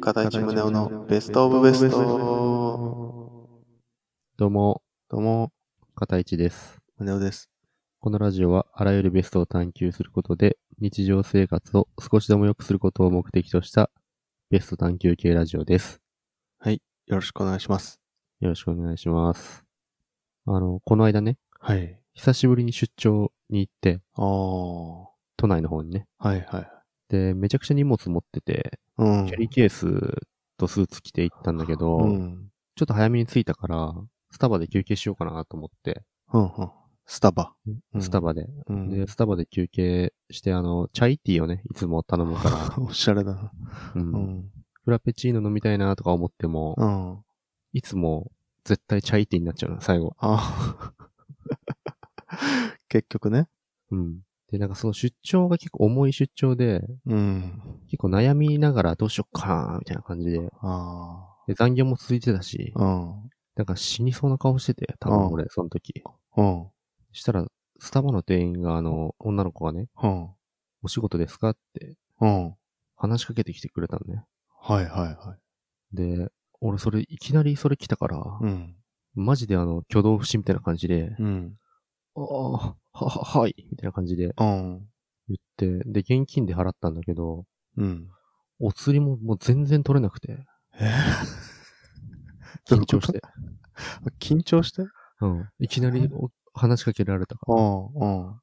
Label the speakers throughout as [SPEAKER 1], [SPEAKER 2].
[SPEAKER 1] 片市宗男のベストオブベスト。
[SPEAKER 2] どうも、
[SPEAKER 1] どうも、
[SPEAKER 2] 片市です。
[SPEAKER 1] 宗男です。
[SPEAKER 2] このラジオはあらゆるベストを探求することで、日常生活を少しでも良くすることを目的とした、ベスト探求系ラジオです。
[SPEAKER 1] よろしくお願いします。
[SPEAKER 2] よろしくお願いします。あの、この間ね、
[SPEAKER 1] はい。
[SPEAKER 2] 久しぶりに出張に行って、
[SPEAKER 1] あー。
[SPEAKER 2] 都内の方にね。
[SPEAKER 1] はいはい。
[SPEAKER 2] で、めちゃくちゃ荷物持ってて、
[SPEAKER 1] うん。
[SPEAKER 2] キャリーケースとスーツ着て行ったんだけど、
[SPEAKER 1] うん。
[SPEAKER 2] ちょっと早めに着いたから、スタバで休憩しようかなと思って、
[SPEAKER 1] うんうん。スタバ。
[SPEAKER 2] スタ
[SPEAKER 1] バ。
[SPEAKER 2] バで
[SPEAKER 1] うん。
[SPEAKER 2] で、スタバで休憩して、あの、チャイティーをね、いつも頼む か
[SPEAKER 1] おしゃれだな。
[SPEAKER 2] ら、う、
[SPEAKER 1] うんん。
[SPEAKER 2] フラペチーノ飲みたいなとか思っても、
[SPEAKER 1] うん。あ
[SPEAKER 2] いつも絶対チャイティーになっちゃうの、最後。
[SPEAKER 1] あ。 結局ね。
[SPEAKER 2] うん。で、なんかその出張が結構重い出張で、
[SPEAKER 1] うん。
[SPEAKER 2] 結構悩みながらどうしよっかな、みたいな感じで
[SPEAKER 1] あ
[SPEAKER 2] で、残業も続いてたし
[SPEAKER 1] あ。、うん。
[SPEAKER 2] なんか死にそうな顔してて、多
[SPEAKER 1] う
[SPEAKER 2] 分
[SPEAKER 1] ん
[SPEAKER 2] 俺、その時。
[SPEAKER 1] うん。
[SPEAKER 2] したら、スタバの店員が、あの、女の子がね、
[SPEAKER 1] うん。
[SPEAKER 2] お仕事ですかって
[SPEAKER 1] うん。
[SPEAKER 2] 話しかけてきてくれたのね。
[SPEAKER 1] はいはいは
[SPEAKER 2] で、俺それ、いきなりそれ来たから、
[SPEAKER 1] い。うん。
[SPEAKER 2] マジであの、挙動不審みたいな感じで、
[SPEAKER 1] うん。
[SPEAKER 2] ああ、は、 は、はい、みたいな感じで
[SPEAKER 1] うん。
[SPEAKER 2] 言って、で、現金で払ったんだけど、
[SPEAKER 1] うん。
[SPEAKER 2] お釣りももう全然取れなくて、
[SPEAKER 1] えーどうい
[SPEAKER 2] 緊
[SPEAKER 1] うこと
[SPEAKER 2] 張して。
[SPEAKER 1] 緊張して
[SPEAKER 2] うん。いきなりお話しかけられたから、
[SPEAKER 1] ん、
[SPEAKER 2] お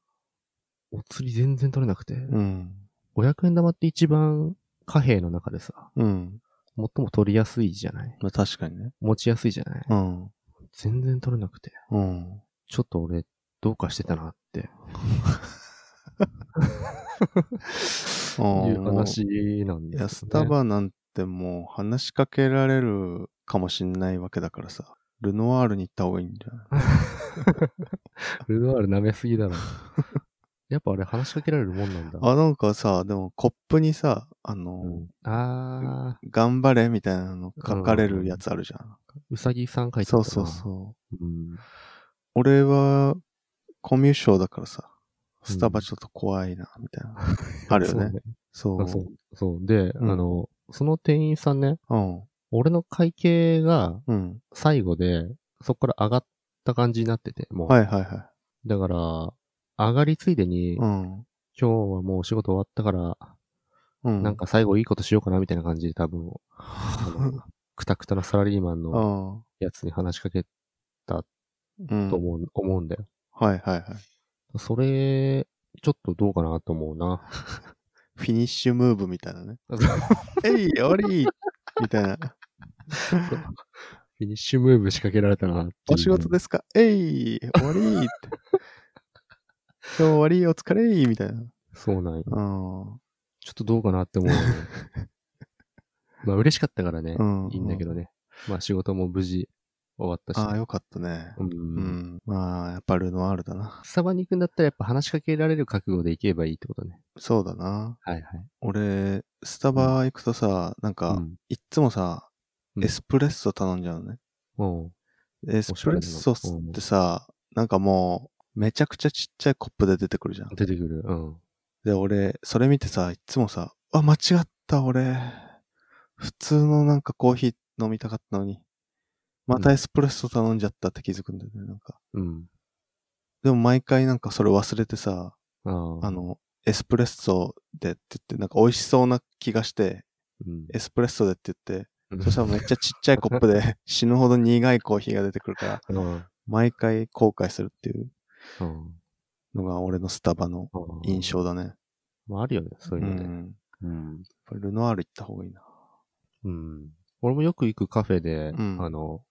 [SPEAKER 2] 釣り全然取れなくて、
[SPEAKER 1] うん、
[SPEAKER 2] 500円玉って一番貨幣の中でさ、
[SPEAKER 1] うん。
[SPEAKER 2] 最も取りやすいじゃない
[SPEAKER 1] まあ確かにね。
[SPEAKER 2] 持ちやすいじゃない、
[SPEAKER 1] うん、
[SPEAKER 2] 全然取れなくて、
[SPEAKER 1] うん。
[SPEAKER 2] ちょっと俺、どうかしてたなっていう話なん
[SPEAKER 1] い
[SPEAKER 2] ですよ、ね。
[SPEAKER 1] や、スタバなんてもう話しかけられるかもしんないわけだからさ。ルノワールに行った方がいいんじゃない
[SPEAKER 2] ルノワール舐めすぎだろ。やっぱあれ話しかけられるもんなんだ。
[SPEAKER 1] あ、なんかさ、でもコップにさ、あの、
[SPEAKER 2] うんあー、
[SPEAKER 1] 頑張れみたいなの書かれるやつあるじゃん。
[SPEAKER 2] うさぎさん書いてた
[SPEAKER 1] そ
[SPEAKER 2] な
[SPEAKER 1] うそうそう。
[SPEAKER 2] うん。
[SPEAKER 1] 俺はコミュ障だからさ、スタバちょっと怖いな、み たいな。あるよね。そ
[SPEAKER 2] そう
[SPEAKER 1] う。
[SPEAKER 2] ねあそう。そう。で、
[SPEAKER 1] ん
[SPEAKER 2] あの、その店員さんね、
[SPEAKER 1] うん。
[SPEAKER 2] 俺の会計が
[SPEAKER 1] うん。
[SPEAKER 2] 最後で、そこから上がった感じになってて、もう。
[SPEAKER 1] はいはいは
[SPEAKER 2] だから、上がりついでに、
[SPEAKER 1] い。うん。
[SPEAKER 2] 今日はもう仕事終わったから、
[SPEAKER 1] うん。
[SPEAKER 2] なんか最後いいことしようかなみたいな感じで多 分、あのくたくたなサラリーマン
[SPEAKER 1] う
[SPEAKER 2] の
[SPEAKER 1] ん。
[SPEAKER 2] やつに話しかけ
[SPEAKER 1] うん。
[SPEAKER 2] たと思う,、思うんだよ。
[SPEAKER 1] はいはいはい。
[SPEAKER 2] それ、ちょっとどうかなと思うな。
[SPEAKER 1] フィニッシュムーブみたいな ね。えい、終わりみたいな。
[SPEAKER 2] フィニッシュムーブ仕掛けられたなっていう
[SPEAKER 1] お仕事ですかえい、終わりって。今日終わり、お疲れみたいな。
[SPEAKER 2] そうなんよ
[SPEAKER 1] うん。
[SPEAKER 2] ちょっとどうかなって思うよね。 まあ嬉しかったからね
[SPEAKER 1] う。ん。
[SPEAKER 2] いいんだけ
[SPEAKER 1] ど。
[SPEAKER 2] どね。まあ仕事も無事終わったしね、
[SPEAKER 1] ああ、よかったね。
[SPEAKER 2] うん
[SPEAKER 1] うん。まあ、やっぱルノワールだな。
[SPEAKER 2] スタバに行くんだったらやっぱ話しかけられる覚悟で行けばいいってことね。
[SPEAKER 1] そうだな。
[SPEAKER 2] はいはい。
[SPEAKER 1] 俺、スタバ行くとさ、なん
[SPEAKER 2] う
[SPEAKER 1] か、
[SPEAKER 2] ん
[SPEAKER 1] いっつもさ、
[SPEAKER 2] うん
[SPEAKER 1] エスプレッソ頼んじゃうのね。
[SPEAKER 2] も
[SPEAKER 1] エスプレッソってさ、なんかもう、めちゃくちゃちっちゃいコップで出てくるじゃん
[SPEAKER 2] う。出てくる。うん。
[SPEAKER 1] で、俺、それ見てさ、いっつもさ、あ、間違った、俺。普通のなんかコーヒー飲みたかったのに。またエスプレッソ頼んじゃったって気づくんだよね、なんか。
[SPEAKER 2] うん。
[SPEAKER 1] でも毎回なんかそれ忘れてさ、
[SPEAKER 2] ああ。
[SPEAKER 1] あの、エスプレッソでって言って、なんか美味しそうな気がして、
[SPEAKER 2] うん、
[SPEAKER 1] エスプレッソでって言って、
[SPEAKER 2] うん
[SPEAKER 1] そしたらめっちゃちっちゃいコップ で死ぬほど苦いコーヒーが出てくるから、
[SPEAKER 2] うんうん
[SPEAKER 1] 毎回後悔するっていう
[SPEAKER 2] うん
[SPEAKER 1] のが俺のスタバの印象だね。
[SPEAKER 2] まああるよね、そう
[SPEAKER 1] う
[SPEAKER 2] いうのね。
[SPEAKER 1] ん。
[SPEAKER 2] うん
[SPEAKER 1] やっぱルノアール行った方がいいな。
[SPEAKER 2] うん。俺もよく行くカフェで、
[SPEAKER 1] うん
[SPEAKER 2] あの、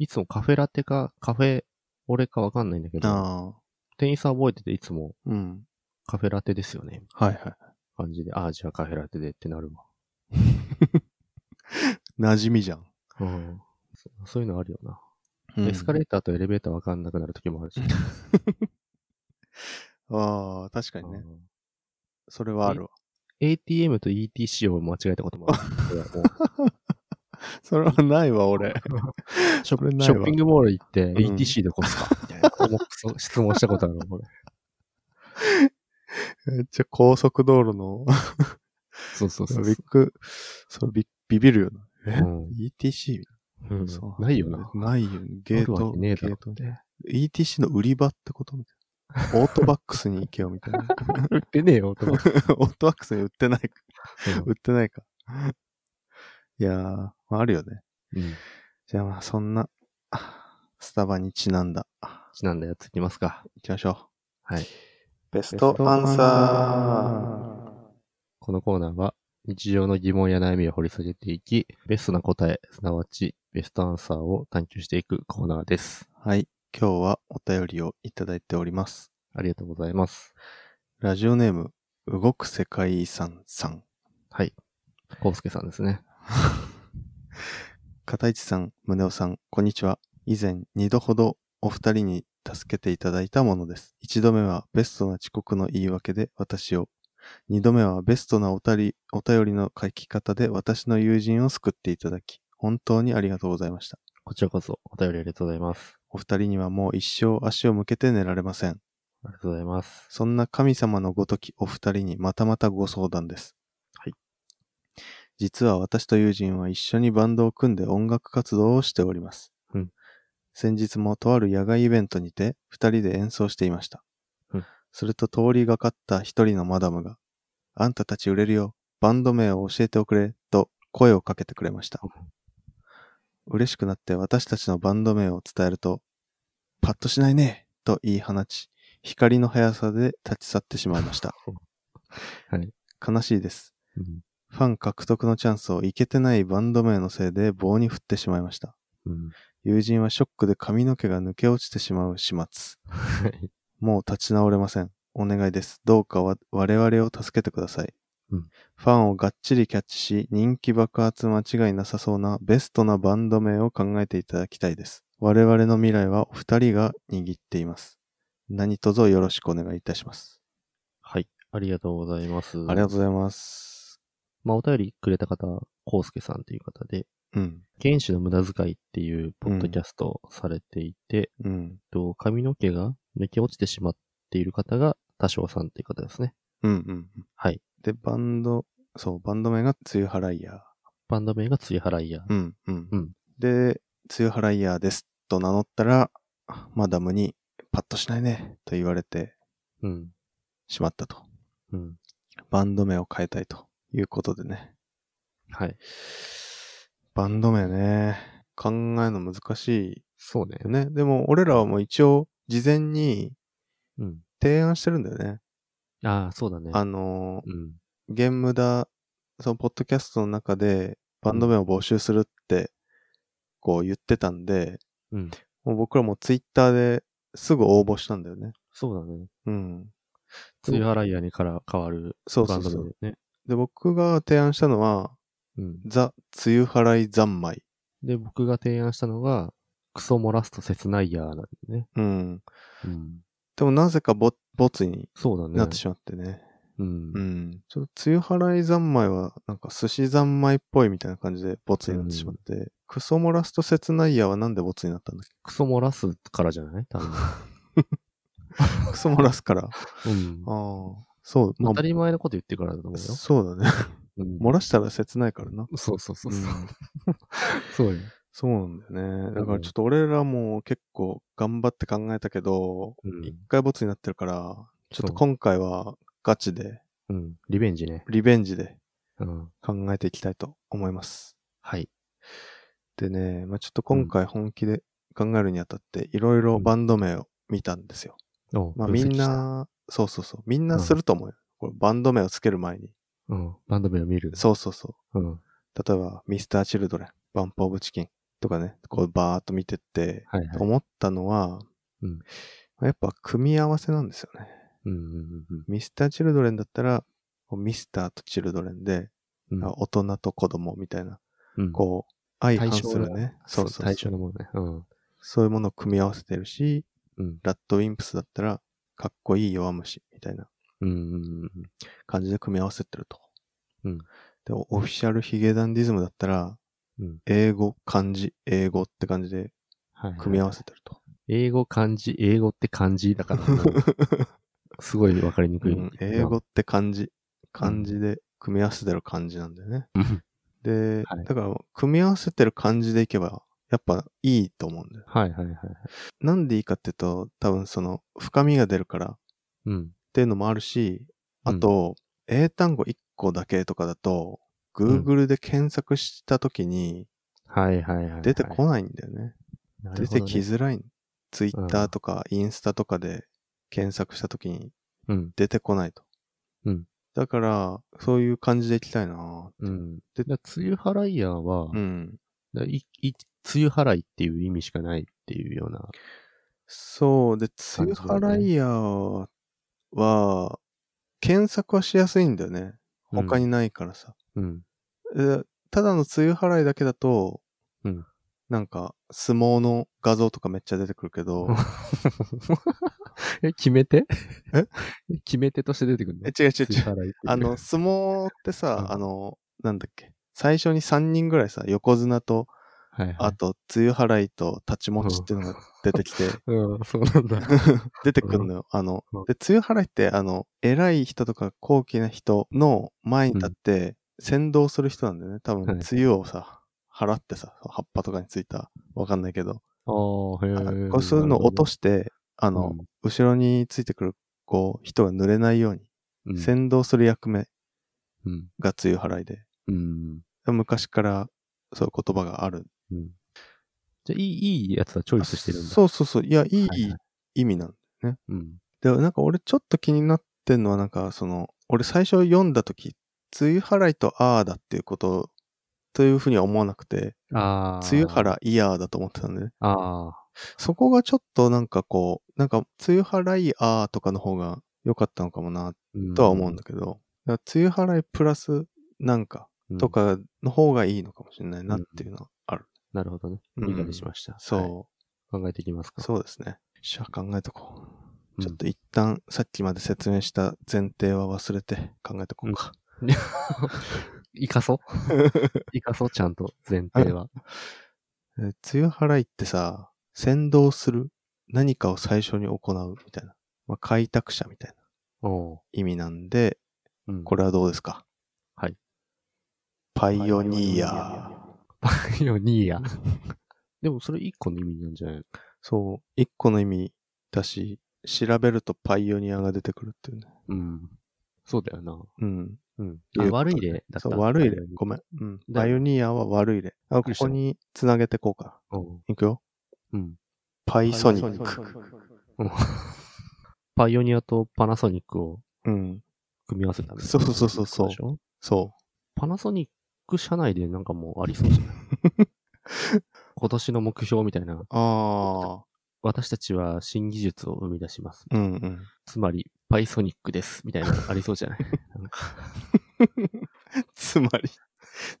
[SPEAKER 2] いつもカフェラテかカフェオレかわかんないんだけど、
[SPEAKER 1] ああ。
[SPEAKER 2] 店員さん覚えてていつも
[SPEAKER 1] うん。
[SPEAKER 2] カフェラテですよね、みたい
[SPEAKER 1] はいはい。
[SPEAKER 2] な感じで、ああ、じゃあカフェラテでってなるわ。
[SPEAKER 1] 馴染みじゃん。
[SPEAKER 2] うん。そそういうのあるよな。エスカレーターとエレベーターわかんなくなる時もあるし。
[SPEAKER 1] ああ、確かにね。それはあるわ。
[SPEAKER 2] ATM と ETC を間違えたこともある。もう
[SPEAKER 1] それはないわ、俺。
[SPEAKER 2] ショ
[SPEAKER 1] これないわ
[SPEAKER 2] ショッピングモール行って、
[SPEAKER 1] ん
[SPEAKER 2] ETC どこです かみたいな。重くそ質問したことあるこれ。
[SPEAKER 1] めっちゃ高速道路の、
[SPEAKER 2] そうそうそう
[SPEAKER 1] びっ。く、それびっビビるよな。え、
[SPEAKER 2] うん
[SPEAKER 1] ?ETC?
[SPEAKER 2] うん
[SPEAKER 1] そ。う
[SPEAKER 2] ないよな。
[SPEAKER 1] ないよね。ゲー
[SPEAKER 2] あるわ
[SPEAKER 1] ト、
[SPEAKER 2] けねえ
[SPEAKER 1] ゲ
[SPEAKER 2] だろ
[SPEAKER 1] ートで。ETC の売り場ってことみたいな。オートバックスに行けよみ たいな。
[SPEAKER 2] 売ってねえよ、と思って。
[SPEAKER 1] オートバックスに売ってないか。
[SPEAKER 2] う
[SPEAKER 1] 売ってないか。いやー、まあ、あるよね。
[SPEAKER 2] ん。
[SPEAKER 1] じゃあまあそんな、あスタバにちなんだ。行
[SPEAKER 2] ちなんだやついきますか。
[SPEAKER 1] きましょう。
[SPEAKER 2] はい。
[SPEAKER 1] ベス
[SPEAKER 2] トアンサ
[SPEAKER 1] ー。
[SPEAKER 2] このコーナーは日常の疑問や悩みを掘り下げていき、ベストな答え、すなわちベストアンサーを探求していくコーナーです。
[SPEAKER 1] はい。今日はお便りをいただいております。
[SPEAKER 2] ありがとうございます。
[SPEAKER 1] ラジオネーム、動く世界遺産さん。
[SPEAKER 2] はい。コウスケさんですね。
[SPEAKER 1] 片市さん、宗男さん、こんにちは。以前、二度ほどお二人に助けていただいたものです。一度目はベストな遅刻の言い訳で私を。二度目はベストなおたり、お便りの書き方で私の友人を救っていただき、本当にありがとうございました。
[SPEAKER 2] こちらこそお便りありがとうございます。
[SPEAKER 1] お二人にはもう一生足を向けて寝られません。
[SPEAKER 2] ありがとうございます。
[SPEAKER 1] そんな神様のごときお二人にまたまたご相談です。
[SPEAKER 2] はい。
[SPEAKER 1] 実は私と友人は一緒にバンドを組んで音楽活動をしております。
[SPEAKER 2] うん
[SPEAKER 1] 先日もとある野外イベントにて二人で演奏していました。
[SPEAKER 2] うん
[SPEAKER 1] すると通りがかった一人のマダムが、あんたたち売れるよ、バンド名を教えておくれ、と声をかけてくれました
[SPEAKER 2] うん。
[SPEAKER 1] 嬉しくなって私たちのバンド名を伝えると、パッとしないね、と言い放ち、光の速さで立ち去ってしまいました。
[SPEAKER 2] はい。
[SPEAKER 1] 悲しいです。
[SPEAKER 2] うん。
[SPEAKER 1] ファン獲得のチャンスをいけてないバンド名のせいで棒に振ってしまいました。
[SPEAKER 2] うん。
[SPEAKER 1] 友人はショックで髪の毛が抜け落ちてしまう始末。
[SPEAKER 2] はい。
[SPEAKER 1] もう立ち直れません。お願いです。どうかわ我々を助けてください。
[SPEAKER 2] うん
[SPEAKER 1] ファンをがっちりキャッチし、人気爆発間違いなさそうなベストなバンド名を考えていただきたいです。我々の未来はお二人が握っています。何卒よろしくお願いいたします。
[SPEAKER 2] はい。ありがとうございます。
[SPEAKER 1] ありがとうございます。
[SPEAKER 2] まあ、お便りくれた方、コウスケさんという方で、
[SPEAKER 1] うん。
[SPEAKER 2] 原始の無駄遣いっていうポッドキャストをされていて、
[SPEAKER 1] うん。
[SPEAKER 2] えっと、髪の毛が抜け落ちてしまっている方が多少さんっていう方ですね。
[SPEAKER 1] うんうん。
[SPEAKER 2] はい。
[SPEAKER 1] で、バンド、そう、バンド名が梅雨払いヤー。
[SPEAKER 2] バンド名がつゆはらいや。
[SPEAKER 1] うんうん。
[SPEAKER 2] うん
[SPEAKER 1] で、梅雨払いヤーですと名乗ったら、マダムにパッとしないねと言われて
[SPEAKER 2] うん。
[SPEAKER 1] しまったと。
[SPEAKER 2] うん。
[SPEAKER 1] バンド名を変えたいということでね。
[SPEAKER 2] はい。
[SPEAKER 1] バンド名ね、考えるの難し
[SPEAKER 2] そうね
[SPEAKER 1] いよね。でも、俺らはもう一応、事前に
[SPEAKER 2] うん。
[SPEAKER 1] 提案してるんだよね。
[SPEAKER 2] ああ、そうだね。
[SPEAKER 1] あの
[SPEAKER 2] うん。
[SPEAKER 1] ゲームだ、そのポッドキャストの中でバンド名を募集するって、こう言ってたんで、
[SPEAKER 2] うん。
[SPEAKER 1] もう僕らもツイッターですぐ応募したんだよね。
[SPEAKER 2] そうだね。
[SPEAKER 1] うん。
[SPEAKER 2] つゆはらいやにから変わる
[SPEAKER 1] そうそ
[SPEAKER 2] バン
[SPEAKER 1] う
[SPEAKER 2] ド
[SPEAKER 1] そ
[SPEAKER 2] 名
[SPEAKER 1] う。
[SPEAKER 2] ですね。
[SPEAKER 1] で、僕が提案したのは、
[SPEAKER 2] うん。
[SPEAKER 1] ザ・梅雨払い三昧。
[SPEAKER 2] で、僕が提案したのが、クソ漏らすと切ないやーなんでね。
[SPEAKER 1] うん。
[SPEAKER 2] うん。
[SPEAKER 1] でもなぜかボボツに
[SPEAKER 2] そうだね。
[SPEAKER 1] なってしまってね。
[SPEAKER 2] うん
[SPEAKER 1] う。ん。ちょっと、梅雨払い三昧は、なんか寿司三昧っぽいみたいな感じでボツになってしまって、クソ漏らすと切ないやはなんでボツになったんだっ
[SPEAKER 2] クソ漏らすからじゃない多分。
[SPEAKER 1] けクソ漏らすから。
[SPEAKER 2] うん。
[SPEAKER 1] ああ、そう、ま
[SPEAKER 2] 当
[SPEAKER 1] あ
[SPEAKER 2] た、り前のこと言ってるからだと思うよ。
[SPEAKER 1] そうだね。
[SPEAKER 2] うん
[SPEAKER 1] 漏らしたら切ないからな。
[SPEAKER 2] そうそうそう
[SPEAKER 1] うん
[SPEAKER 2] そう。そうよ。
[SPEAKER 1] そうなんだよね。だからちょっと俺らも結構頑張って考えたけど、
[SPEAKER 2] うん
[SPEAKER 1] 一、回ボツになってるから、ちょっと今回はガチで、
[SPEAKER 2] うん。リベンジね。
[SPEAKER 1] リベンジで
[SPEAKER 2] うん。
[SPEAKER 1] 考えていきたいと思います。
[SPEAKER 2] はい。
[SPEAKER 1] でね、まあ、ちょっと今回本気で考えるにあたって、いろいろバンド名を見たんですよ。
[SPEAKER 2] お
[SPEAKER 1] まあ
[SPEAKER 2] 分析
[SPEAKER 1] み
[SPEAKER 2] した
[SPEAKER 1] んな、そうそうそう、みんなすると思うよ。これバンド名をつける前に。
[SPEAKER 2] うん。バンド名を見る。
[SPEAKER 1] そうそうそう。
[SPEAKER 2] うん。
[SPEAKER 1] 例えば、ミスター・チルドレン、バンプ・オブ・チキンとかね、こうバーっと見てって、
[SPEAKER 2] はいはい。
[SPEAKER 1] 思ったのは、
[SPEAKER 2] うん
[SPEAKER 1] やっぱ組み合わせなんですよね。
[SPEAKER 2] うんうんうんうん。
[SPEAKER 1] ミスター・チルドレンだったら、こうミスターとチルドレンで、
[SPEAKER 2] うん
[SPEAKER 1] あ大人と子供みたいな、
[SPEAKER 2] うん
[SPEAKER 1] こう、相反
[SPEAKER 2] 対
[SPEAKER 1] す
[SPEAKER 2] 象
[SPEAKER 1] るね。
[SPEAKER 2] そ
[SPEAKER 1] そうう
[SPEAKER 2] そ。
[SPEAKER 1] そうう
[SPEAKER 2] 対
[SPEAKER 1] そ
[SPEAKER 2] 象
[SPEAKER 1] う。
[SPEAKER 2] のものね。うん。
[SPEAKER 1] そういうものを組み合わせてるし、
[SPEAKER 2] うん
[SPEAKER 1] ラッドウィンプスだったら、かっこいい弱虫みたいな
[SPEAKER 2] うんうんうんうん。
[SPEAKER 1] 感じで組み合わせてると。
[SPEAKER 2] うん
[SPEAKER 1] で、オフィシャルヒゲダンディズムだったら、
[SPEAKER 2] うん
[SPEAKER 1] 英語、漢字、英語って感じで
[SPEAKER 2] はいはい。
[SPEAKER 1] 組み合わせてると。
[SPEAKER 2] 英語漢字、英語って漢字だからもう、すごいわかりにくい。
[SPEAKER 1] うん英語って漢字。漢字で組み合わせてる感じなんだよね。
[SPEAKER 2] うん。
[SPEAKER 1] で、
[SPEAKER 2] はい
[SPEAKER 1] だから、組み合わせてる感じでいけば、やっぱいいと思うんだよ。
[SPEAKER 2] はいはいはい。
[SPEAKER 1] なんでいいかっていうと、多分その、深みが出るからっ
[SPEAKER 2] うん。
[SPEAKER 1] ていうのもあるし、あと、英単語1個だけとかだと、
[SPEAKER 2] ん
[SPEAKER 1] Google で検索した時に
[SPEAKER 2] はいはいはいはい。
[SPEAKER 1] 出てこないんだよね。
[SPEAKER 2] なる
[SPEAKER 1] 出
[SPEAKER 2] ほど
[SPEAKER 1] て
[SPEAKER 2] ね
[SPEAKER 1] きづらい。Twitter とかインスタとかで検索した時に
[SPEAKER 2] うん。
[SPEAKER 1] 出てこないと。
[SPEAKER 2] うん
[SPEAKER 1] だから、そういう感じでいきたいな
[SPEAKER 2] うん。
[SPEAKER 1] で
[SPEAKER 2] で、梅雨払いヤーは、
[SPEAKER 1] うん。
[SPEAKER 2] だいい梅雨払いっていう意味しかないっていうような。
[SPEAKER 1] そう。で、ツ
[SPEAKER 2] 感
[SPEAKER 1] ー
[SPEAKER 2] じだ
[SPEAKER 1] ハ
[SPEAKER 2] ね
[SPEAKER 1] ライヤーは、検索はしやすいんだよね。
[SPEAKER 2] うん
[SPEAKER 1] 他にないからさ。
[SPEAKER 2] うん。
[SPEAKER 1] でただの梅雨払いだけだと、
[SPEAKER 2] うん
[SPEAKER 1] なんか、相撲の画像とかめっちゃ出てくるけ ど、
[SPEAKER 2] え、決め手
[SPEAKER 1] え
[SPEAKER 2] 決め手として出てくるの
[SPEAKER 1] え、違う違う違
[SPEAKER 2] 梅
[SPEAKER 1] う。
[SPEAKER 2] 雨払いっていう
[SPEAKER 1] あの、、相撲ってさ、
[SPEAKER 2] うん
[SPEAKER 1] あの、なんだっけ、最初に3人ぐらいさ、横綱と、
[SPEAKER 2] はいはい、
[SPEAKER 1] あと、梅雨払いと立ち持ちっていう のが出てきて、
[SPEAKER 2] うん、そうなんだ。
[SPEAKER 1] 出てくるのよ。あの
[SPEAKER 2] うん、
[SPEAKER 1] で、梅雨払いって、あの、偉い人とか高貴な人の前に立って、先導する人なんだよね。多分、
[SPEAKER 2] はい
[SPEAKER 1] 梅雨をさ、払ってさ、葉っぱとかについた、わかんないけど、
[SPEAKER 2] ああ、へえ
[SPEAKER 1] あこうそういうのを落として、あの、
[SPEAKER 2] うん
[SPEAKER 1] 後ろについてくる、こう、人が濡れないように、
[SPEAKER 2] うん
[SPEAKER 1] 先導する役目
[SPEAKER 2] うん。
[SPEAKER 1] が梅雨払いで、
[SPEAKER 2] うん。
[SPEAKER 1] 昔からそういう言葉がある。
[SPEAKER 2] うん。じゃあ、いい、いいやつはチョイスしてるんだ。
[SPEAKER 1] そうそうそう。いや、いい
[SPEAKER 2] はいは
[SPEAKER 1] 意味なん
[SPEAKER 2] う。うん。
[SPEAKER 1] で、なんか俺ちょっと気になってんのはなんかその、俺最初読んだ時、梅雨払いとあーだっていうことというふうには思わなくて、
[SPEAKER 2] ああ。
[SPEAKER 1] 梅雨払いやーだと思ってたんでね。
[SPEAKER 2] ああ。
[SPEAKER 1] そこがちょっとなんかこう、なんか梅雨払いあーとかの方が良かったのかもなとは思うんだけど、だから梅雨払いプラスなんか
[SPEAKER 2] うん
[SPEAKER 1] と。かの方がいいのかもしれないなっていうのはある。
[SPEAKER 2] なるほどね。
[SPEAKER 1] うん
[SPEAKER 2] 理解しました。はい
[SPEAKER 1] そ
[SPEAKER 2] 考えていきます
[SPEAKER 1] う、
[SPEAKER 2] か。
[SPEAKER 1] そうですね。じゃあ考えとこう。
[SPEAKER 2] うん
[SPEAKER 1] ちょっと一旦さっきまで説明した前提は忘れて考えとこうか。
[SPEAKER 2] いか そういかそうちゃんと、前提は。
[SPEAKER 1] え梅雨払いってさ、先導する、何かを最初に行うみたいな、まあ、開拓者みたいな
[SPEAKER 2] おう。
[SPEAKER 1] 意味なんで、
[SPEAKER 2] うん。
[SPEAKER 1] これはどうですか
[SPEAKER 2] はい。
[SPEAKER 1] パイオニアー。
[SPEAKER 2] パイオニー や。でもそれ一個の意味なんじゃないの
[SPEAKER 1] そう、一個の意味だし、調べるとパイオニアが出てくるっていうね。
[SPEAKER 2] うん。そうだよな。
[SPEAKER 1] うん。
[SPEAKER 2] うん。
[SPEAKER 1] ということで
[SPEAKER 2] 悪い例だった。
[SPEAKER 1] そう、悪い例
[SPEAKER 2] パイオニ。ー
[SPEAKER 1] ごめん。うん。
[SPEAKER 2] だ
[SPEAKER 1] パイオニアは悪い例。あ、
[SPEAKER 2] っく
[SPEAKER 1] こ
[SPEAKER 2] りした
[SPEAKER 1] こに繋げてこうか。
[SPEAKER 2] おう
[SPEAKER 1] いくよ。
[SPEAKER 2] うん。
[SPEAKER 1] パイソニック。
[SPEAKER 2] うんパイオニアとパナソニックを
[SPEAKER 1] うん。
[SPEAKER 2] 組み合わせたみたいな
[SPEAKER 1] そうそうそうそう
[SPEAKER 2] でしょ
[SPEAKER 1] そ
[SPEAKER 2] パナソニック社内でなんかもうありそうじゃない 今年の目標みたいな。
[SPEAKER 1] う。あ
[SPEAKER 2] 私たちは新技術を生み出します。
[SPEAKER 1] あ。うんうん。
[SPEAKER 2] つまり、パイソニックです。みたいな、ありそうじゃないなんか
[SPEAKER 1] つまり。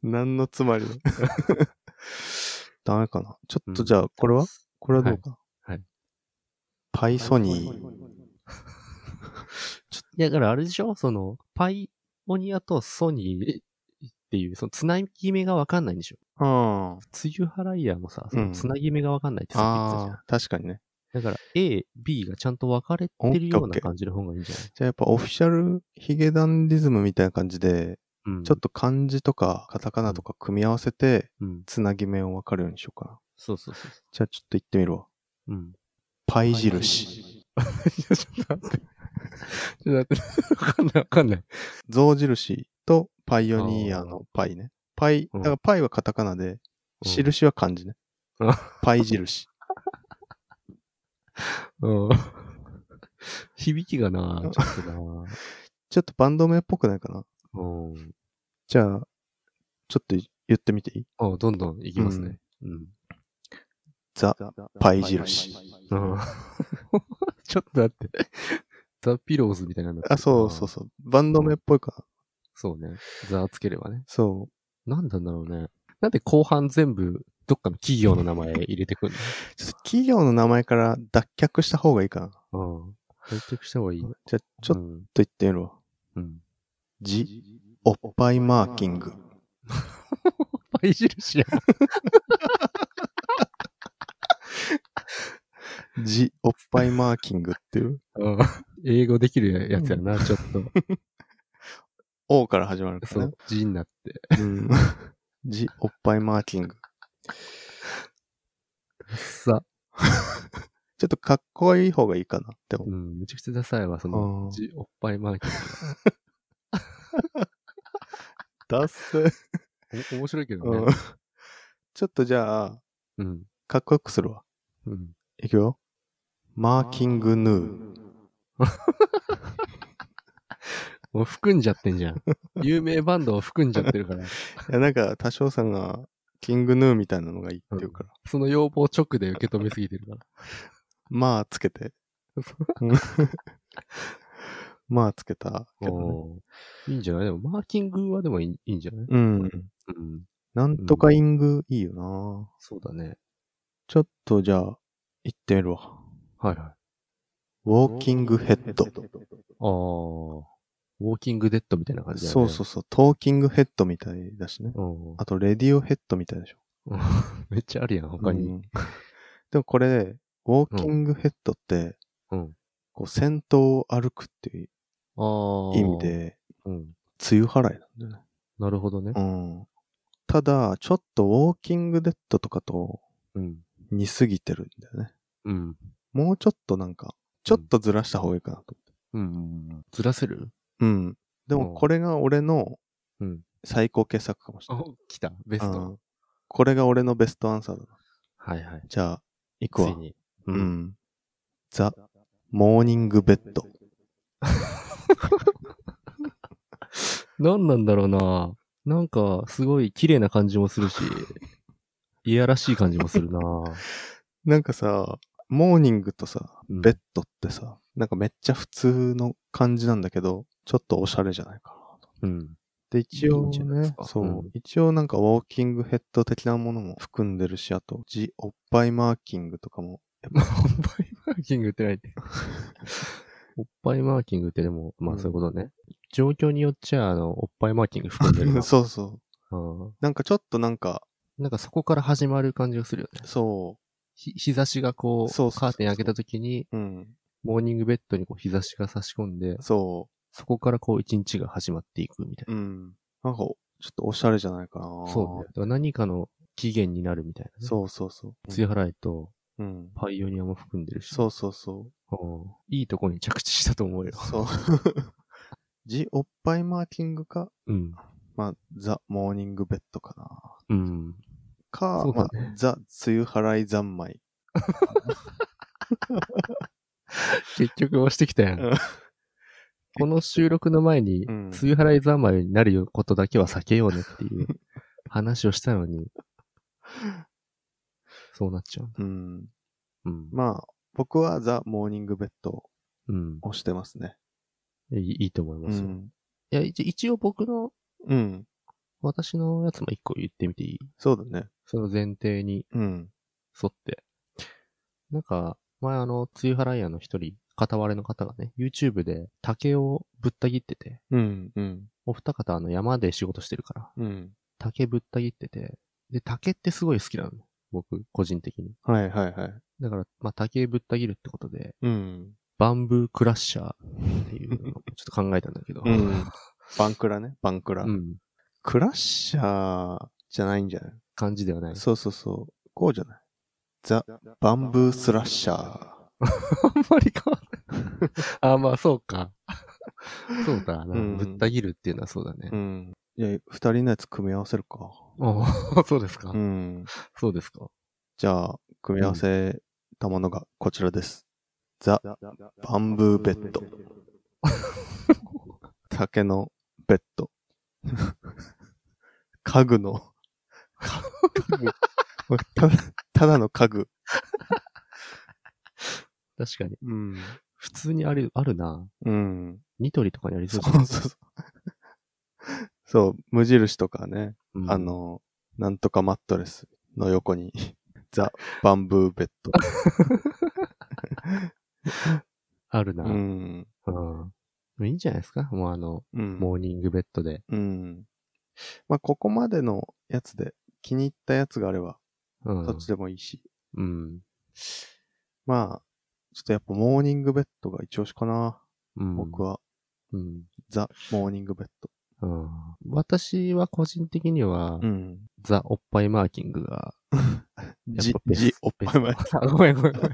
[SPEAKER 1] 何のつまり ダメかな。ちょっとじゃあ、 これは、これはどうか。
[SPEAKER 2] はいはい
[SPEAKER 1] パイソニー。
[SPEAKER 2] ちょいや、だからあれでしょその、パイオニアとソニーっていう、そのつなぎ目がわかんないんでしょ
[SPEAKER 1] うん。
[SPEAKER 2] 梅雨払いヤーもさ、そ
[SPEAKER 1] うん
[SPEAKER 2] のつなぎ目がわかんないってさっき言ってたじゃん。
[SPEAKER 1] ああ、確かにね。
[SPEAKER 2] だから A、B がちゃんと分かれてるよう
[SPEAKER 1] オッケー
[SPEAKER 2] な感じの方がいいんじゃない
[SPEAKER 1] じゃあやっぱオフィシャルヒゲダンディズムみたいな感じで、
[SPEAKER 2] うん。
[SPEAKER 1] ちょっと漢字とかカタカナとか組み合わせて、
[SPEAKER 2] うん。
[SPEAKER 1] つなぎ目を分かるようにしようかな。
[SPEAKER 2] そうそうそうそ
[SPEAKER 1] じゃあちょっと言ってみるわ。
[SPEAKER 2] う。うん。
[SPEAKER 1] パイ印。
[SPEAKER 2] いや、ちょっと待って。ちょっと待って。わかんないわかんない。
[SPEAKER 1] 象印とパイオニアのパイね。パイ、
[SPEAKER 2] うん
[SPEAKER 1] だからパイはカタカナで、
[SPEAKER 2] うん
[SPEAKER 1] 印は漢字ね
[SPEAKER 2] うん。
[SPEAKER 1] パイ印。
[SPEAKER 2] うん。響きがな、ちょっとな。
[SPEAKER 1] ちょっとバンド名っぽくないかな
[SPEAKER 2] うん。
[SPEAKER 1] じゃあ、ちょっと言ってみていい
[SPEAKER 2] あどんどんいきますね。うん。
[SPEAKER 1] ザ・パイ印。
[SPEAKER 2] うん、 ちょっと待って。ザ・ピローズみたいなんだ
[SPEAKER 1] あ、そうそうそう。バンド名っぽいかな。
[SPEAKER 2] そうね。ザつければね。
[SPEAKER 1] そ
[SPEAKER 2] なんなんだろうね。なんで後半全部、どっかの企業の名前入れてくん
[SPEAKER 1] う。ちょっと企業の名前から脱却した方がいいかな。
[SPEAKER 2] の うん。入却した方がいい。
[SPEAKER 1] じゃあ、ちょっと
[SPEAKER 2] うん。
[SPEAKER 1] 言ってみるわ。
[SPEAKER 2] うん。
[SPEAKER 1] ジ・おっぱいマーキング。
[SPEAKER 2] パイ印や。
[SPEAKER 1] ジ・おっぱいマーキングっていう。
[SPEAKER 2] うん。英語できるやつやな、ちょっと。
[SPEAKER 1] O から始まるか
[SPEAKER 2] そ
[SPEAKER 1] ら
[SPEAKER 2] う
[SPEAKER 1] ね。。
[SPEAKER 2] 字になって。
[SPEAKER 1] うんジ・おっぱいマーキング。
[SPEAKER 2] さ、
[SPEAKER 1] ちょっとかっこいい方がいいかなって思
[SPEAKER 2] うん、めちゃくちゃダサいわ、その
[SPEAKER 1] あ、ー
[SPEAKER 2] じおっぱいマーキン
[SPEAKER 1] ダッセ
[SPEAKER 2] グ。お面白いけど
[SPEAKER 1] うん
[SPEAKER 2] ね。。
[SPEAKER 1] ちょっとじゃあ、
[SPEAKER 2] うん。
[SPEAKER 1] かっこよくするわ。
[SPEAKER 2] うん。
[SPEAKER 1] いくよ。マーキングヌー。
[SPEAKER 2] もう含んじゃってんじゃん。有名バンドを含んじゃってるから、
[SPEAKER 1] いや、なんか、多少さんが、キングヌーみたいなのがいいっていうから。
[SPEAKER 2] その要望直で受け止めすぎてるから。
[SPEAKER 1] まあ、つけて。まあ、つけたけどね。
[SPEAKER 2] おーいいんじゃないでも、マーキングはでもいいいいんじゃない
[SPEAKER 1] うん。
[SPEAKER 2] うん。
[SPEAKER 1] なんとかイングいいよな、
[SPEAKER 2] そうだね。
[SPEAKER 1] ちょっと、じゃあ、行ってみるわ。
[SPEAKER 2] はいはい。
[SPEAKER 1] ウォーキングヘッド。
[SPEAKER 2] あーウォーキングデッドみたいな感じだよ
[SPEAKER 1] そ
[SPEAKER 2] ね。
[SPEAKER 1] うそうそう。トーキングヘッドみたいだしね。
[SPEAKER 2] うん。
[SPEAKER 1] あと、レディオヘッドみたいでしょ。
[SPEAKER 2] うんめっちゃあるやん、他
[SPEAKER 1] う
[SPEAKER 2] に。
[SPEAKER 1] んでもこれ、ウォーキングヘッドって、
[SPEAKER 2] うん。
[SPEAKER 1] こう、先頭を歩くっていう
[SPEAKER 2] ああ。
[SPEAKER 1] 意味。で、
[SPEAKER 2] うん。
[SPEAKER 1] 梅雨払いなんだよね。
[SPEAKER 2] なるほどね。
[SPEAKER 1] うん。ただ、ちょっとウォーキングデッドとかと
[SPEAKER 2] うん。
[SPEAKER 1] 似すぎてるんだよね。
[SPEAKER 2] うん。
[SPEAKER 1] もうちょっとなんか、ちょっとずらした方がいいかなと思って。
[SPEAKER 2] うん。ずらせる
[SPEAKER 1] うん。でもこれが俺の
[SPEAKER 2] うん。
[SPEAKER 1] 最高傑作かもしれない。、
[SPEAKER 2] 来た。ベス
[SPEAKER 1] う
[SPEAKER 2] ト。
[SPEAKER 1] んこれが俺のベストアンサーだな。
[SPEAKER 2] はいはい。
[SPEAKER 1] じゃあ、行く
[SPEAKER 2] つ
[SPEAKER 1] わ
[SPEAKER 2] い。に。
[SPEAKER 1] う。
[SPEAKER 2] うん
[SPEAKER 1] ザ・モーニングベッド。
[SPEAKER 2] 何なんだろうななんか、すごい綺麗な感じも するし、いやらしい感じもするな
[SPEAKER 1] なんかさ、モーニングとさ、
[SPEAKER 2] うん
[SPEAKER 1] ベッドってさ、なんかめっちゃ普通の感じなんだけど、ちょっとおしゃれじゃないかなと。
[SPEAKER 2] うん。
[SPEAKER 1] で、一
[SPEAKER 2] いい
[SPEAKER 1] 応
[SPEAKER 2] んじゃないです
[SPEAKER 1] ね
[SPEAKER 2] か、
[SPEAKER 1] そう、
[SPEAKER 2] うん
[SPEAKER 1] 一応なんかウォーキングヘッド的なものも含んでるし、あと、ジ・おっぱいマーキングとかも、
[SPEAKER 2] まあ、おっぱいマーキングってないって。おっぱいマーキングってでも、まあそういうことね。状況によっちゃ、あの、おっぱいマーキング含んでるな。
[SPEAKER 1] そうそう。
[SPEAKER 2] うん
[SPEAKER 1] なんかちょっとなんか、
[SPEAKER 2] なんかそこから始まる感じがするよね。
[SPEAKER 1] そ
[SPEAKER 2] ひ日差しがこう、
[SPEAKER 1] そうそうそう
[SPEAKER 2] カーテン開けた時に、
[SPEAKER 1] う、うん、
[SPEAKER 2] モーニングベッドにこう日差しが差し込んで、
[SPEAKER 1] そ、
[SPEAKER 2] そこからこう一日が始まっていくみたいうな。
[SPEAKER 1] うん。なんか、ちょっとおしゃれじゃないかな。
[SPEAKER 2] そうね。だから何かの起源になるみたいな、ね。
[SPEAKER 1] そうそうそう。
[SPEAKER 2] 梅雨払いと
[SPEAKER 1] うん。
[SPEAKER 2] パイオニアも含んでるし。
[SPEAKER 1] そうそうそう。
[SPEAKER 2] うんいいとこに着地したと思うよ。
[SPEAKER 1] そう。ジ・おっぱいマーキングか、
[SPEAKER 2] うん。
[SPEAKER 1] まあ、ザ・モーニングベッドかな。
[SPEAKER 2] うん。
[SPEAKER 1] か、
[SPEAKER 2] そう
[SPEAKER 1] ま
[SPEAKER 2] だ
[SPEAKER 1] あ
[SPEAKER 2] ね、
[SPEAKER 1] ザ・梅雨払い三昧。
[SPEAKER 2] 結局押してきたや
[SPEAKER 1] うん
[SPEAKER 2] ん。この収録の前に、
[SPEAKER 1] うん
[SPEAKER 2] 梅雨払い三昧になることだけは避けようねっ ていう話をしたのに、そうなっちゃう。
[SPEAKER 1] うん。
[SPEAKER 2] うん。
[SPEAKER 1] まあ、僕はザ・モーニングベッドを
[SPEAKER 2] うん。
[SPEAKER 1] 押してますね。
[SPEAKER 2] いいいいと思いうますよ。い
[SPEAKER 1] ん。
[SPEAKER 2] や、一一応僕の、
[SPEAKER 1] うん。
[SPEAKER 2] 私のやつも一個言ってみていい
[SPEAKER 1] そうだね。
[SPEAKER 2] その前提に
[SPEAKER 1] うん。
[SPEAKER 2] 沿って。なんか、前あの、梅雨払い屋の一人、片割れの方がね、YouTube で竹をぶった切ってて、
[SPEAKER 1] うん。うん。
[SPEAKER 2] お二方あの山で仕事してるから、
[SPEAKER 1] うん。
[SPEAKER 2] 竹ぶった切ってて、で、竹ってすごい好きなの。僕、個人的に。
[SPEAKER 1] はいはいはい。
[SPEAKER 2] だから、まあ、竹ぶった切るってことで、
[SPEAKER 1] うん。
[SPEAKER 2] バンブークラッシャーっていうのをちょっと考えたんだけど。
[SPEAKER 1] うん。バンクラね。バンクラ。
[SPEAKER 2] うん。
[SPEAKER 1] クラッシャーじゃないんじゃない
[SPEAKER 2] 感じではない。
[SPEAKER 1] そうそうそう。こうじゃないザ・バンブースラッシャー。
[SPEAKER 2] あんまり変わらない。 あ、まあ、そうか。 そうだな、
[SPEAKER 1] うん
[SPEAKER 2] ぶった切るっていうのはそうだね
[SPEAKER 1] う。ん。いや、二人のやつ組み合わせるか。
[SPEAKER 2] ああ、そうですか、
[SPEAKER 1] うん。
[SPEAKER 2] そうですか。
[SPEAKER 1] じゃあ、組み合わせたものがこちらです。ザ・バンブーベッド。竹のベッド。 家具 の、か家具。ただ、ただの家具。
[SPEAKER 2] 確かに。
[SPEAKER 1] うん。
[SPEAKER 2] 普通にある、あるな。
[SPEAKER 1] うん。
[SPEAKER 2] ニトリとかにありそ
[SPEAKER 1] そうう
[SPEAKER 2] じ
[SPEAKER 1] そ
[SPEAKER 2] ゃん
[SPEAKER 1] うそう。そう、無印とかね、
[SPEAKER 2] うん
[SPEAKER 1] あの、なんとかマットレスの横に、 ザ・バンブーベッド。
[SPEAKER 2] あるな。
[SPEAKER 1] う
[SPEAKER 2] うん。
[SPEAKER 1] ん。
[SPEAKER 2] いいんじゃないですかもうあの、
[SPEAKER 1] うん。
[SPEAKER 2] モーニングベッドで。
[SPEAKER 1] うん。まあ、ここまでのやつで気に入ったやつがあれば、
[SPEAKER 2] うん。
[SPEAKER 1] そっちでもいいし。
[SPEAKER 2] うん。
[SPEAKER 1] まあ、ちょっとやっぱモーニングベッドが一押しかな。
[SPEAKER 2] うん。
[SPEAKER 1] 僕は。
[SPEAKER 2] うん。
[SPEAKER 1] ザ・モーニングベッド。
[SPEAKER 2] うん私は個人的には、
[SPEAKER 1] うん。
[SPEAKER 2] ザ・おっぱいマーキングが、やっ
[SPEAKER 1] じ
[SPEAKER 2] ぱ、ベス
[SPEAKER 1] じ、おっぱい
[SPEAKER 2] ベ
[SPEAKER 1] 前。
[SPEAKER 2] ストあごめんごめんごめん。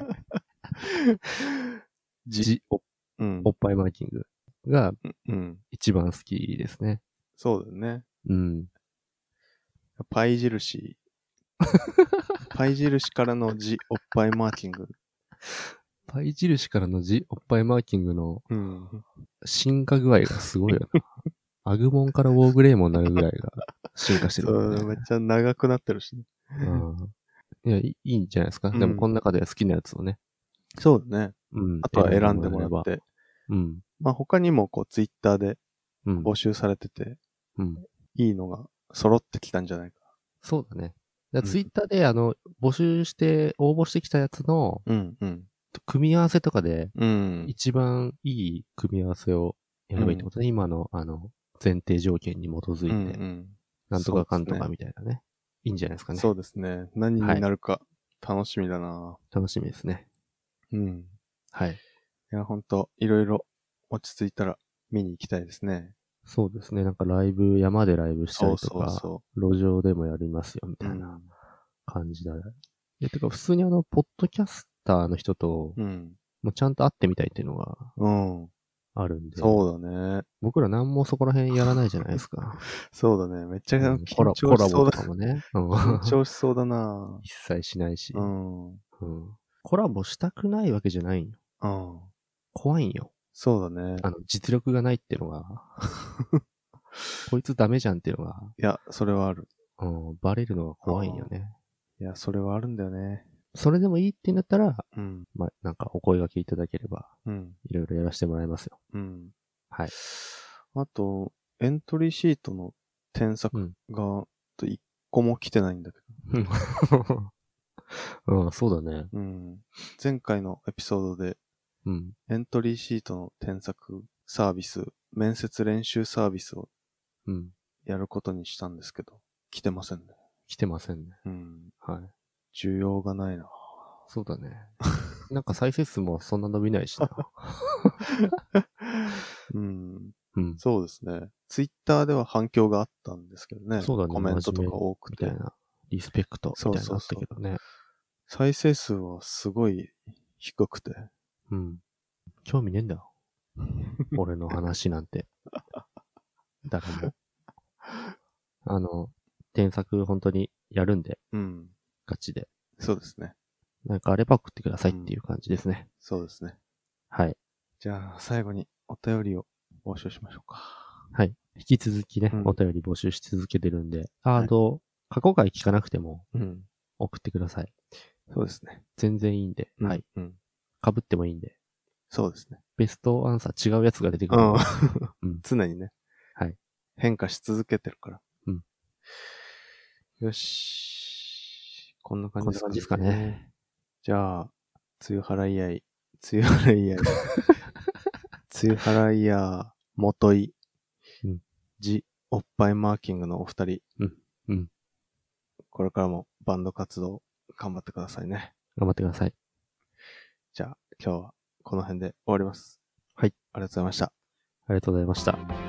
[SPEAKER 1] じ、
[SPEAKER 2] ジ・お
[SPEAKER 1] うん
[SPEAKER 2] お。っぱいマーキングが
[SPEAKER 1] うん。
[SPEAKER 2] 一番好きですね。
[SPEAKER 1] そうだよね。
[SPEAKER 2] うん。
[SPEAKER 1] パイ 印。パイ印からのじ、おっぱいマーキング。
[SPEAKER 2] パイ印からのジ・おっぱいマーキングの
[SPEAKER 1] うん。
[SPEAKER 2] 進化具合がすごいよな。 アグモンからウォーグレイモンになるぐらいが進化してる
[SPEAKER 1] そ
[SPEAKER 2] もんね、
[SPEAKER 1] う、めっちゃ長くなってるし、ね。
[SPEAKER 2] うん。いや、いいいんじゃないですか。で
[SPEAKER 1] う
[SPEAKER 2] も、
[SPEAKER 1] ん
[SPEAKER 2] この中で好きなやつをね。
[SPEAKER 1] そうだね。
[SPEAKER 2] うん。
[SPEAKER 1] あとは選んでもら
[SPEAKER 2] 選
[SPEAKER 1] っ
[SPEAKER 2] べば。
[SPEAKER 1] て。
[SPEAKER 2] うん。
[SPEAKER 1] まあ他にもこう、ツイッターで
[SPEAKER 2] うん。
[SPEAKER 1] 募集されてて、
[SPEAKER 2] うん。
[SPEAKER 1] いいのが揃ってきたんじゃないか。
[SPEAKER 2] そうだね。だ
[SPEAKER 1] うん
[SPEAKER 2] ツイッターで、あの、募集して、応募してきたやつの、
[SPEAKER 1] うん、うん。
[SPEAKER 2] 組み合わせとかで、
[SPEAKER 1] うん。
[SPEAKER 2] 一番いい組み合わせをやればいいってことね。今の、あの、前提条件に基づ
[SPEAKER 1] う
[SPEAKER 2] い
[SPEAKER 1] ん
[SPEAKER 2] て、
[SPEAKER 1] うん
[SPEAKER 2] なんとかかんとかみたいなね。いいんじゃないですかね。
[SPEAKER 1] そうですね。何になるか楽しみだな、
[SPEAKER 2] 楽しみですね。
[SPEAKER 1] うん。
[SPEAKER 2] はい。
[SPEAKER 1] いや、ほんと、いろいろ落ち着いたら見に行きたいですね。
[SPEAKER 2] そうですね。なんかライブ、山でライブした
[SPEAKER 1] そ
[SPEAKER 2] り
[SPEAKER 1] う
[SPEAKER 2] と
[SPEAKER 1] そう
[SPEAKER 2] か、
[SPEAKER 1] そ
[SPEAKER 2] 路上でもやりますよ、み
[SPEAKER 1] う。
[SPEAKER 2] たいな感じだね。え、てか、普通にあの、ポッドキャスターの人と、
[SPEAKER 1] うん。
[SPEAKER 2] もうちゃんと会ってみたいっていうのが
[SPEAKER 1] うん。
[SPEAKER 2] あるんで、
[SPEAKER 1] そうだね。
[SPEAKER 2] 僕ら何もそこら辺やらないじゃないですか。
[SPEAKER 1] そうだね。めっちゃ
[SPEAKER 2] う
[SPEAKER 1] 緊
[SPEAKER 2] んコラ
[SPEAKER 1] 張
[SPEAKER 2] ボコラ
[SPEAKER 1] しそ
[SPEAKER 2] ボ
[SPEAKER 1] う
[SPEAKER 2] と
[SPEAKER 1] だ
[SPEAKER 2] か。もね。うん
[SPEAKER 1] 緊張しそうだな
[SPEAKER 2] 一切し ないし、
[SPEAKER 1] うん。うん。
[SPEAKER 2] うんコラボしたくないわけじゃないんよ。怖いんよ。
[SPEAKER 1] そうだね。
[SPEAKER 2] あの、実力がないっていうの が、こいつダメじゃんっていうのが、
[SPEAKER 1] いや、それはある。
[SPEAKER 2] うん、バレるのが怖いんよね。
[SPEAKER 1] いや、それはあるんだよね。
[SPEAKER 2] それでもいいってなったら、
[SPEAKER 1] うん。
[SPEAKER 2] まあ、なんかお声掛けいただければ、
[SPEAKER 1] うん。
[SPEAKER 2] いろいろやらせてもら いますよ。
[SPEAKER 1] うん。
[SPEAKER 2] はい。
[SPEAKER 1] あと、エントリーシートの添削が、と一個も来てないんだけ
[SPEAKER 2] うん、そうだね。
[SPEAKER 1] ど。うん。前回のエピソードで、
[SPEAKER 2] うん。
[SPEAKER 1] エントリーシートの添削サービス、面接練習サービスを
[SPEAKER 2] うん。
[SPEAKER 1] やることにしたんですけど、来てませんね。
[SPEAKER 2] 来てませんね。
[SPEAKER 1] うん。
[SPEAKER 2] はい。
[SPEAKER 1] 需要がないな。
[SPEAKER 2] そ うだね。なんか再生数もそんな伸びないしな。
[SPEAKER 1] うん。
[SPEAKER 2] うん。
[SPEAKER 1] そうですね。ツイッターでは反響があったんですけどね。
[SPEAKER 2] そうだね
[SPEAKER 1] コメントとか多く
[SPEAKER 2] みたい
[SPEAKER 1] て。
[SPEAKER 2] な。リスペクトみたいなのあったけどね。
[SPEAKER 1] 再生数はすごい低くて。
[SPEAKER 2] うん。興味ねえん だよ。俺の話なんて。誰も。あの、添削本当にやるんで、
[SPEAKER 1] うん。
[SPEAKER 2] ガチで。
[SPEAKER 1] そうですね。
[SPEAKER 2] なんかあれば送ってくださいっていう感じですね。
[SPEAKER 1] そうですね。
[SPEAKER 2] はい。
[SPEAKER 1] じゃあ、最後にお便りを募集しましょうか。
[SPEAKER 2] 引き続きね、
[SPEAKER 1] うん
[SPEAKER 2] お便り募集し続けてるんで、ああと、過去回聞かなくても
[SPEAKER 1] うん。
[SPEAKER 2] 送ってください。
[SPEAKER 1] そうですね。
[SPEAKER 2] 全然いいんで、
[SPEAKER 1] うん
[SPEAKER 2] はい。。
[SPEAKER 1] うん。
[SPEAKER 2] 被ってもいいんで、
[SPEAKER 1] そうですね。
[SPEAKER 2] ベストアンサー違うやつが出てくる。
[SPEAKER 1] う
[SPEAKER 2] うんん。
[SPEAKER 1] 常にね。
[SPEAKER 2] はい。
[SPEAKER 1] 変化し続けてるから。
[SPEAKER 2] うん。
[SPEAKER 1] よし。こんな感
[SPEAKER 2] こん
[SPEAKER 1] じ
[SPEAKER 2] な感じですか。ね。
[SPEAKER 1] じゃあ、梅雨払い合い。梅雨払 い合い。梅雨払いや、元井。
[SPEAKER 2] うん
[SPEAKER 1] ジ・おっぱいマーキングのお二人。
[SPEAKER 2] うんうん
[SPEAKER 1] これからもバンド活動頑張ってくださいね。
[SPEAKER 2] 頑張ってください。
[SPEAKER 1] じゃあ、今日はこの辺で終わります。
[SPEAKER 2] はい。
[SPEAKER 1] ありがとうございました。
[SPEAKER 2] ありがとうございました。